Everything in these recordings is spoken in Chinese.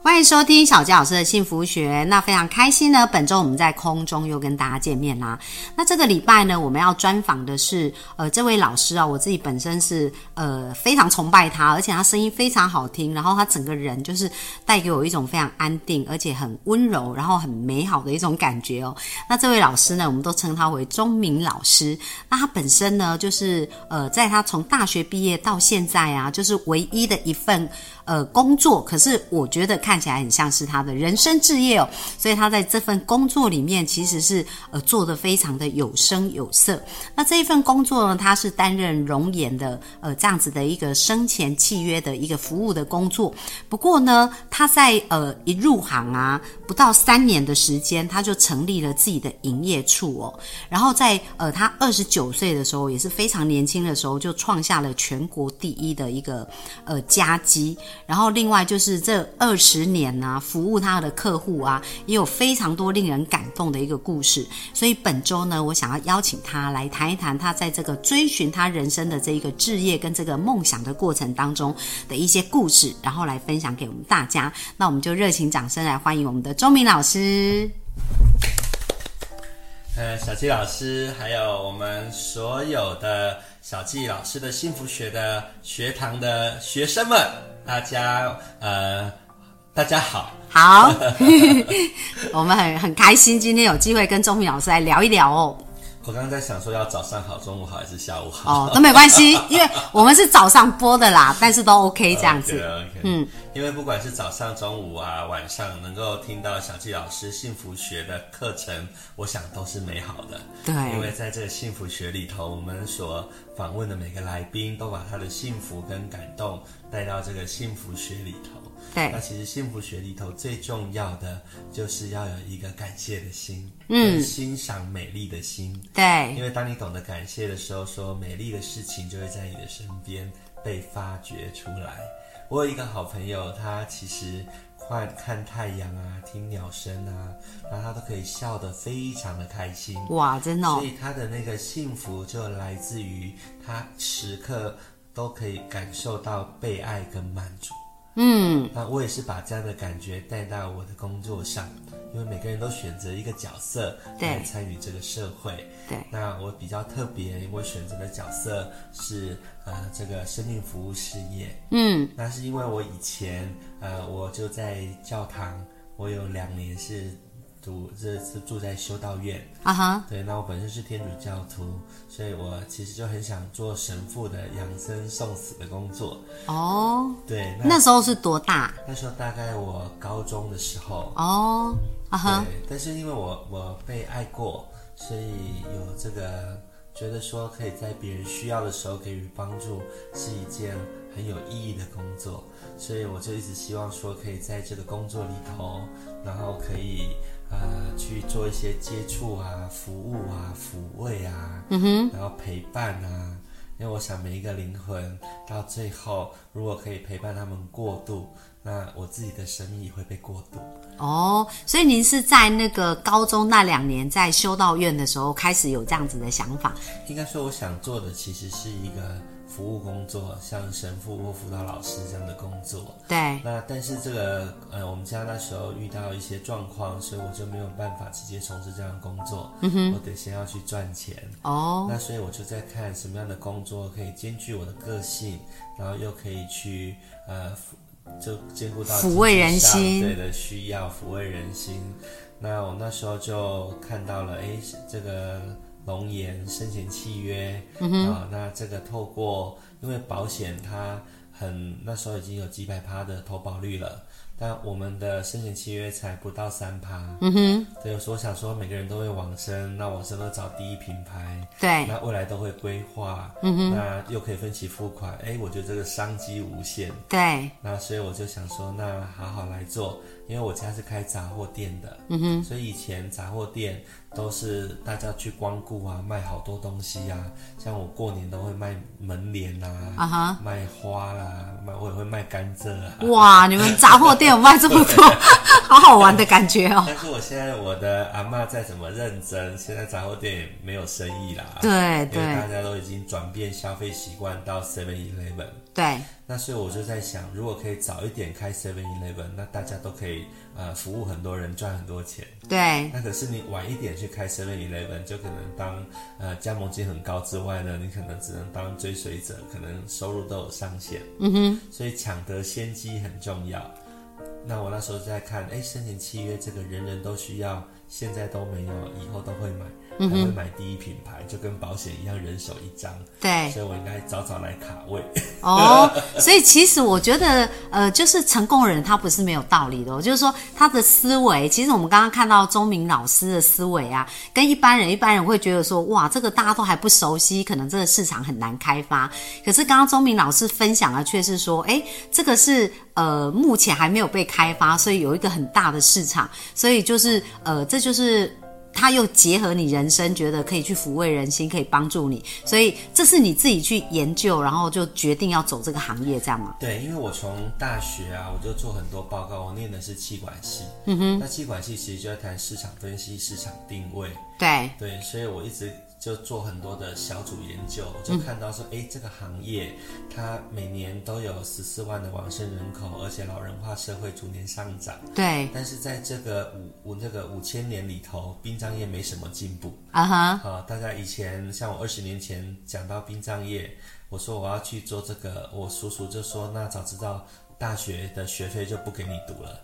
欢迎收听小纪老师的幸福学。那非常开心呢，本周我们在空中又跟大家见面啦。那这个礼拜呢，我们要专访的是呃这位老师啊，我自己本身是呃非常崇拜他，而且他声音非常好听，然后他整个人就是带给我一种非常安定，而且很温柔，然后很美好的一种感觉哦。那这位老师呢，我们都称他为钟明老师。那他本身呢，就是呃在他从大学毕业到现在啊，就是唯一的一份。呃，工作可是我觉得看起来很像是他的人生置业哦，所以他在这份工作里面其实是呃做的非常的有声有色。那这一份工作呢，他是担任容颜的呃这样子的一个生前契约的一个服务的工作。不过呢，他在呃一入行啊，不到三年的时间，他就成立了自己的营业处哦。然后在呃他二十九岁的时候，也是非常年轻的时候，就创下了全国第一的一个呃佳绩。然后另外就是这二十年呢、啊，服务他的客户啊，也有非常多令人感动的一个故事。所以本周呢，我想要邀请他来谈一谈他在这个追寻他人生的这一个置业跟这个梦想的过程当中的一些故事，然后来分享给我们大家。那我们就热情掌声来欢迎我们的周明老师。呃，小纪老师，还有我们所有的小纪老师的幸福学的学堂的学生们，大家呃，大家好。好， 我们很很开心，今天有机会跟钟明老师来聊一聊哦。我刚刚在想说要早上好、中午好还是下午好？哦，都没关 系，因为我们是早上播的啦，但是都 OK 这样子。 OK，OK 嗯，因为不管是早上、中午啊、晚上，能够听到小纪老师幸福学的课程，我想都是美好的。对啊因为在这个幸福学里头，我们所访问的每个来宾都把他的幸福跟感动带到这个幸福学里头。对那其实幸福学里头最重要的就是要有一个感谢的心，嗯，欣赏美丽的心，因对为当你懂得感谢的时候，说美丽的事情就会在你的身边被发掘出来。我有一个好朋友，他其实看看太阳啊，听鸟声啊，然后他都可以笑得非常的开心。哇，真的、哦所，以他的那个幸福就来自于他时刻都可以感受到被爱跟满足。嗯，那我也是把这样的感觉带到我的工作上，因为每个人都选择一个角色对来参与这个社会。对那我比较特别，我选择的角色是呃这个生命服务事业。嗯，那是因为我以前呃我就在教堂，我有两年是读这是住在修道院。啊哈，对，那我本身是天主教徒，所以我其实就很想做神父的养生送死的工作。哦，对，那那时候是多大？那时候大概我高中的时候，哦，啊哈，对，但是因为我我被爱过，所以有这个觉得说可以在别人需要的时候给予帮助是一件很有意义的工作，所以我就一直希望说可以在这个工作里头，然后可以呃去做一些接触啊、服务啊、抚慰啊，嗯哼，然后陪伴啊。因为我想每一个灵魂到最后，如果可以陪伴他们过渡，那我自己的生命也会被过渡。哦，所以您是在那个高中那两年在修道院的时候开始有这样子的想法，应该说，我想做的其实是一个服务工作，像神父或辅导老师这样的工作。对，那但是这个呃，我们家那时候遇到一些状况，所以我就没有办法直接从事这样的工作。嗯哼，我得先要去赚钱。哦，那所以我就在看什么样的工作可以兼具我的个性，然后又可以去呃，抚就兼顾到抚慰人经济上心对的需要，抚慰人心。那我那时候就看到了，哎，这个龙岩生前契约，嗯啊，那这个透过因为保险它很那时候已经有几百趴的投保率了。但我们的生前契约才不到三趴，嗯哼，对，所以我想说每个人都会往生，那往生都找第一品牌，对，那未来都会规划，嗯哼，那又可以分期付款，哎，我觉得这个商机无限。对，那所以我就想说，那好好来做，因为我家是开杂货店的，嗯哼，所以以前杂货店都是大家去光顾啊，卖好多东西啊，像我过年都会卖门帘啊，啊哈，卖花啦、啊，卖我也会卖甘蔗啊。哇，你们杂货店有卖这么多，好好玩的感觉哦。但是我现在我的阿嬷再怎么认真，现在杂货店也没有生意啦。对因为对大家都已经转变消费习惯到 Seven Eleven。对，那所以我就在想，如果可以早一点开 Seven Eleven，那大家都可以呃服务很多人，赚很多钱。对，那可是你晚一点去开 Seven Eleven，就可能当呃加盟金很高之外呢，你可能只能当追随者，可能收入都有上限。嗯哼，所以抢得先机很重要。那我那时候就在看，哎，申请契约这个人人都需要，现在都没有，以后都会买，还会买第一品牌，就跟保险一样，人手一张。对所以我应该早早来卡位。哦，所以其实我觉得，呃，就是成功人他不是没有道理的、哦，就是说他的思维，其实我们刚刚看到钟明老师的思维啊，跟一般人，一般人会觉得说，哇，这个大家都还不熟悉，可能这个市场很难开发。可是刚刚钟明老师分享的却是说，诶，这个是呃目前还没有被开发，所以有一个很大的市场，所以就是呃，这就是他又结合你人生，觉得可以去抚慰人心，可以帮助你，所以这是你自己去研究，然后就决定要走这个行业，这样吗？对，因为我从大学啊，我就做很多报告，我念的是气管系。嗯哼，那气管系其实就在谈市场分析、市场定位。对对，所以我一直就做很多的小组研究，我就看到说，哎、这个行业它每年都有十四万的往生人口，而且老人化社会逐年上涨。对，但是在这个五五那个五千年里头，殡葬业没什么进步。啊哈，啊，大家以前像我二十年前讲到殡葬业，我说我要去做这个，我叔叔就说那早知道大学的学费就不给你读了。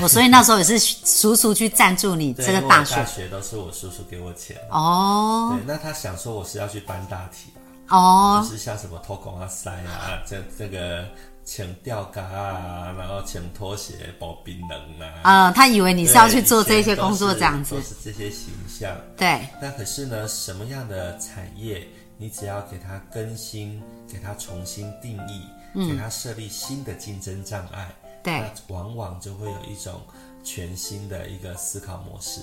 我所以那时候也是叔叔去赞助你对，这个因为我大大学学都是我叔叔给我钱。哦对，那他想说我是要去搬大题啊，哦，就是像什么偷拱啊、塞啊，这这个请吊嘎啊，然后请拖鞋、保冰人啊。呃，他以为你对是要去做以前这些都工作，是这样子都，是这些形象。对那可是呢，什么样的产业，你只要给它更新，给它重新定义，给它设立新的竞争障碍，对。那往往就会有一种全新的一个思考模式。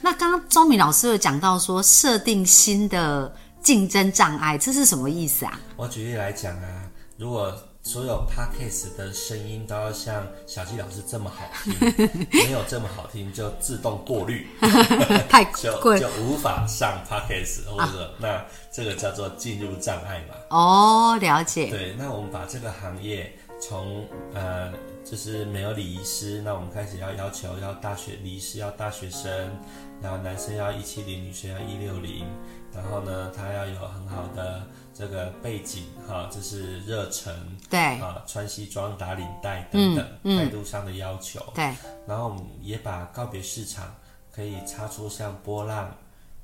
那刚刚周敏老师有讲到说设定新的竞争障碍，这是什么意思 啊？我举例来讲啊，如果所有 podcast 的声音都要像小纪老师这么好听，没有这么好听就自动过滤，太就贵就无法上 podcast，或者、那这个叫做进入障碍嘛。哦，了解，对，那我们把这个行业从呃，就是没有礼仪师，那我们开始要要求要大学礼仪师要大学生，然后男生要一七零，女生要一六零，然后呢，他要有很好的这个背景哈，就是热忱对啊，穿西装打领带等等、嗯嗯态度上的要求。对然后我们也把告别市场可以擦出像波浪，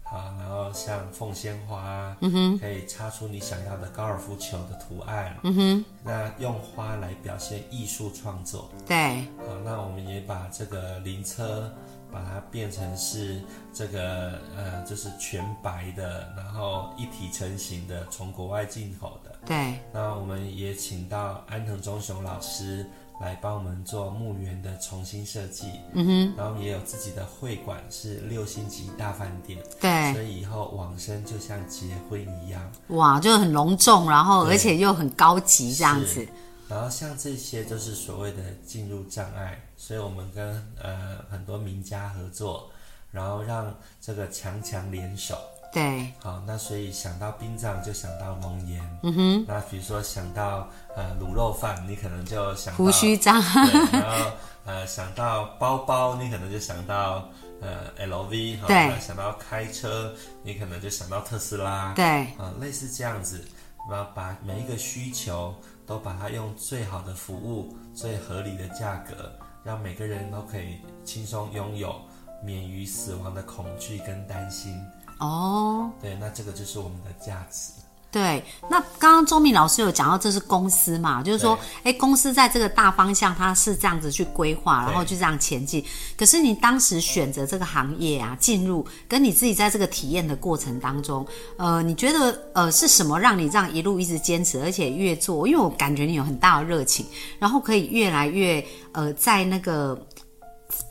啊，然后像凤仙花，嗯哼，可以擦出你想要的高尔夫球的图案，嗯哼，那用花来表现艺术创作，对好，那我们也把这个灵车，把它变成是这个呃，就是全白的，然后一体成型的，从国外进口的。对那我们也请到安藤忠雄老师来帮我们做墓园的重新设计。嗯哼，然后也有自己的会馆是六星级大饭店，对，所以以后往生就像结婚一样。哇，就很隆重，然后对而且又很高级这样子是，然后像这些都是所谓的进入障碍，所以我们跟呃很多名家合作，然后让这个强强联手。对好，那所以想到殡葬就想到龙岩，嗯哼，那比如说想到呃卤肉饭，你可能就想到胡须章， 对，然后呃想到包包，你可能就想到呃 LV 哈，对那想到开车，你可能就想到特斯拉，对啊、类似这样子，然后把每一个需求都把它用最好的服务、最合理的价格，让每个人都可以轻松拥有，免于死亡的恐惧跟担心。哦。对，那这个就是我们的价值。对，那刚刚周敏老师有讲到，这是公司嘛，就是说，哎，公司在这个大方向它是这样子去规划，然后就这样前进。可是你当时选择这个行业啊，进入跟你自己在这个体验的过程当中，呃，你觉得呃是什么让你这样一路一直坚持，而且越做，因为我感觉你有很大的热情，然后可以越来越呃在那个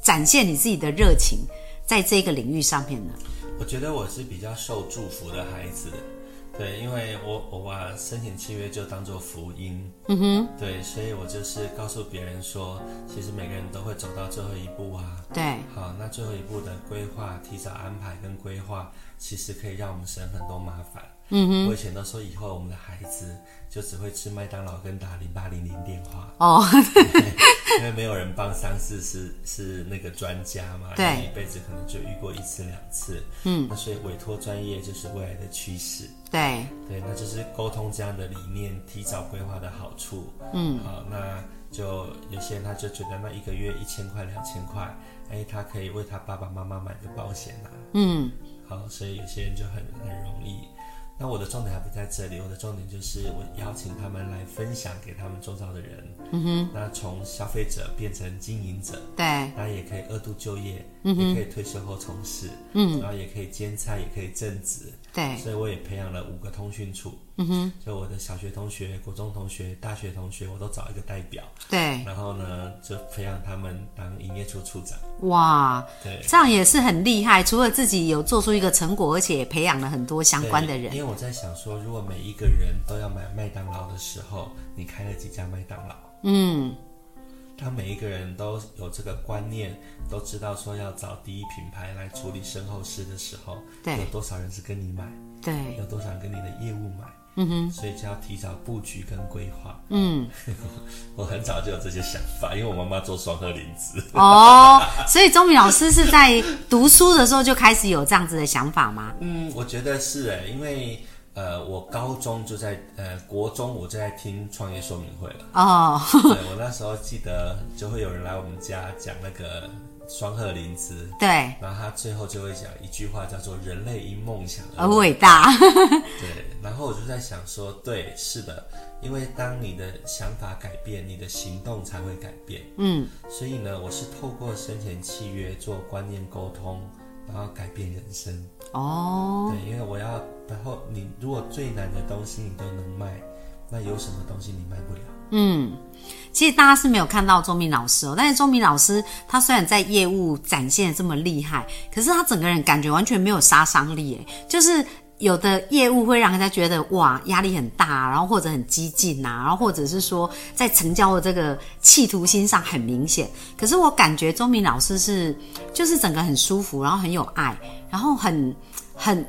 展现你自己的热情，在这个领域上面呢？我觉得我是比较受祝福的孩子，对，因为我我把申请契约就当做福音，嗯哼，对，所以我就是告诉别人说，其实每个人都会走到最后一步啊。对，好，那最后一步的规划、提早安排跟规划，其实可以让我们省很多麻烦。嗯哼，我以前都说，以后我们的孩子就只会吃麦当劳跟打零八零零电话，哦， 因为没有人帮丧事是是那个专家嘛，对你一辈子可能就遇过一次两次，嗯，那所以委托专业就是未来的趋势。对，对，那就是沟通这样的理念，提早规划的好处。嗯，好，那就有些人他就觉得那一个月一千块、两千块，哎，他可以为他爸爸妈妈买个保险啊。嗯，好，所以有些人就很很容易。那我的重点还不在这里，我的重点就是我邀请他们来分享给他们周遭的人。嗯哼，那从消费者变成经营者，对，那也可以二度就业，嗯、也可以退休后从事，嗯，然后也可以兼差，也可以正职，对，所以我也培养了五个通讯处，嗯哼，就我的小学同学、国中同学、大学同学，我都找一个代表，对，然后呢，就培养他们当营业处处长。哇，对，这样也是很厉害。除了自己有做出一个成果，而且也培养了很多相关的对人。因为我在想说，如果每一个人都要买麦当劳的时候，你开了几家麦当劳？嗯，当每一个人都有这个观念，都知道说要找第一品牌来处理身后事的时候，对有多少人是跟你买？对，有多少人跟你的业务买？嗯哼，所以就要提早布局跟规划。嗯，我很早就有这些想法，因为我妈妈做双鹤灵芝。哦，所以钟敏老师是在读书的时候就开始有这样子的想法吗？。嗯，我觉得是哎，因为呃，我高中就在呃国中我就在听创业说明会了哦， 对，我那时候记得就会有人来我们家讲那个双鹤灵芝，对，然后他最后就会讲一句话叫做“人类因梦想而而伟大。对，然后我就在想说，对，是的，因为当你的想法改变，你的行动才会改变。嗯，所以呢，我是透过生前契约做观念沟通，然后改变人生。哦，对，因为我要，然后你如果最难的东西你都能卖，那有什么东西你卖不了？嗯，其实大家是没有看到钟明老师哦，但是钟明老师他虽然在业务展现得这么厉害，可是他整个人感觉完全没有杀伤力，诶，就是。有的业务会让人家觉得哇压力很大，然后或者很激进啊呐、然后或者是说在成交的这个企图心上很明显。可是我感觉钟明老师是就是整个很舒服，然后很有爱，然后很很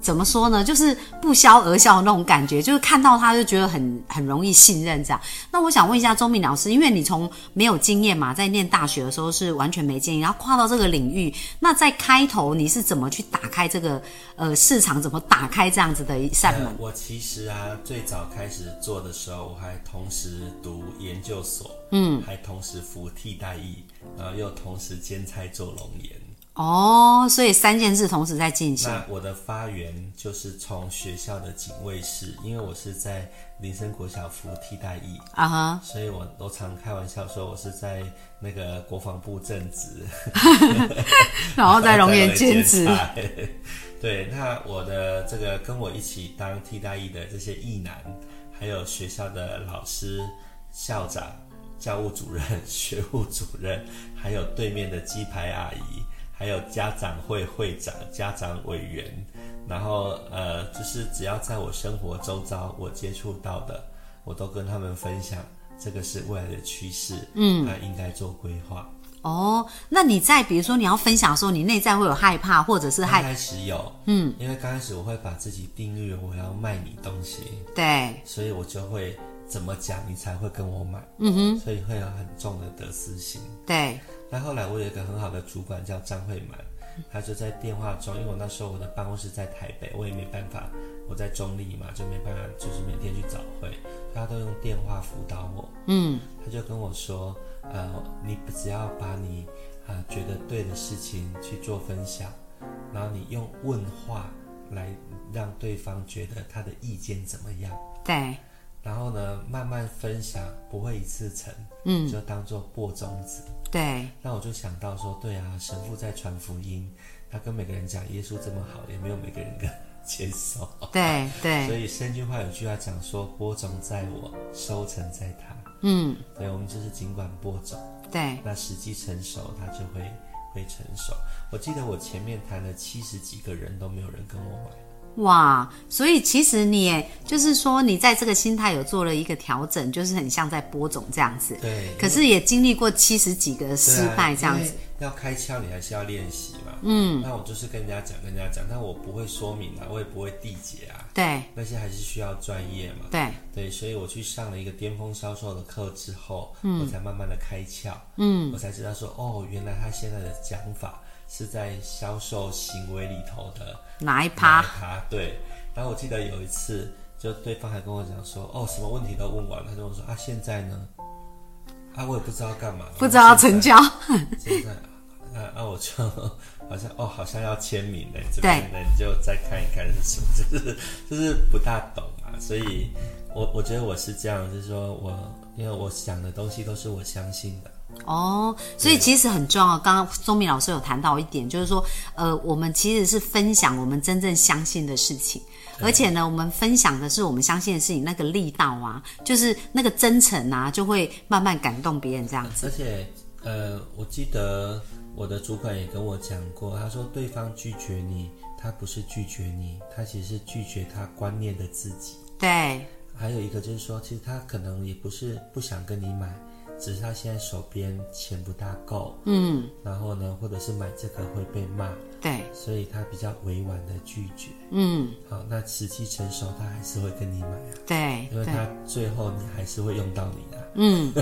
怎么说呢，就是不消而笑的那种感觉，就是看到他就觉得很很容易信任这样。那我想问一下钟敏老师，因为你从没有经验嘛，在念大学的时候是完全没经验，然后跨到这个领域，那在开头你是怎么去打开这个呃市场，怎么打开这样子的一扇呃门？我其实啊，最早开始做的时候，我还同时读研究所，嗯，还同时服替代役，然后又同时兼差做龙岩。哦，所以三件事同时在进行。那我的发源就是从学校的警卫室，因为我是在林森国小服替代役，啊哈，所以我都常开玩笑说我是在那个国防部正职，然后 在龙岩兼职，差。 对，那我的这个跟我一起当替代役的这些役男，还有学校的老师、校长、教务主任、学务主任，还有对面的鸡排阿姨，还有家长会会长、家长委员，然后呃，就是只要在我生活周遭我接触到的，我都跟他们分享。这个是未来的趋势，嗯，那应该做规划。哦，那你在比如说你要分享的时候，你内在会有害怕，或者是刚害开始有，嗯，因为刚开始我会把自己定义为我要卖你东西，对所以我就会怎么讲你才会跟我买，嗯哼，所以会有很重的得失心。对那后来我有一个很好的主管叫张慧满，他就在电话中，因为我那时候我的办公室在台北，我也没办法，我在中立嘛，就没办法，就是每天去早会，他都用电话辅导我。嗯，他就跟我说，呃，你只要把你啊、呃觉得对的事情去做分享，然后你用问话来让对方觉得他的意见怎么样。对然后呢，慢慢分享，不会一次成，嗯，就当做播种子。对那我就想到说，对啊，神父在传福音，他跟每个人讲耶稣这么好，也没有每个人跟接受。对所对，以圣经话有句话讲说，播种在我，收成在他。嗯对，我们就是尽管播种，对那时机成熟，它就会会成熟。我记得我前面谈了七十几个人都没有人跟我买，哇，所以其实你也就是说，你在这个心态有做了一个调整，就是很像在播种这样子。对，可是也经历过七十几个对啊失败这样子，。因为要开窍，你还是要练习嘛。嗯，那我就是跟人家讲，跟人家讲，但我不会说明啊，我也不会缔结啊，对那些还是需要专业嘛。对，对，所以我去上了一个巅峰销售的课之后，嗯我才慢慢的开窍，嗯，我才知道说，哦，原来他现在的讲法是在销售行为里头的哪一趴？他对。然后我记得有一次，就对方还跟我讲说，哦，什么问题都问完了，他跟我说啊，现在呢？啊，我也不知道干嘛，不知道成现在交，现在那那我就 好像哦，好像要签名嘞，这边呢你就再看一看是什么，就是就是不大懂嘛，所以我我觉得我是这样，就是说我因为我想的东西都是我相信的，哦，所以其实很重要。刚刚钟明老师有谈到一点，就是说，呃，我们其实是分享我们真正相信的事情，而且呢，我们分享的是我们相信的事情，那个力道啊，就是那个真诚啊，就会慢慢感动别人这样子。啊而 且呃，我记得我的主管也跟我讲过，他说对方拒绝你，他不是拒绝你，他其实是拒绝他观念的自己。对还有一个就是说，其实他可能也不是不想跟你买，只是他现在手边钱不大够，嗯，然后呢，或者是买这个会被骂，对，所以他比较委婉的拒绝。嗯，好，那时机成熟，他还是会跟你买啊，对因对，为他最后你还是会用到你啊。嗯，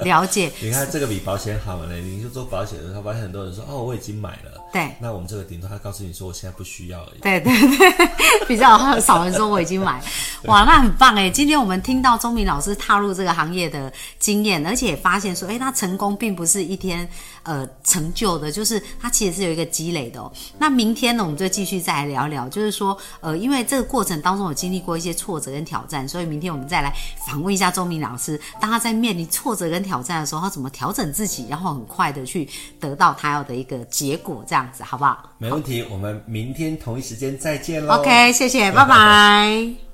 了解，你看这个比保险好嘞，你就做保险的时候，发现很多人说哦我已经买了，对。那我们这个顶多他告诉你说我现在不需要而已。对对 对，比较少人说我已经买了，哇，那很棒哎！今天我们听到钟明老师踏入这个行业的经验，而且也发现说，哎，他成功并不是一天呃成就的，就是他其实是有一个积累的哦。那明天呢，我们就继续再来聊聊，就是说，呃，因为这个过程当中有经历过一些挫折跟挑战，所以明天我们再来访问一下钟明老师，当他在面临挫折跟挑战的时候，他怎么调整自己，然后很快的去得到他要的一个结果，这样子好不好？没问题，我们明天同一时间再见喽。 OK，谢谢，拜拜。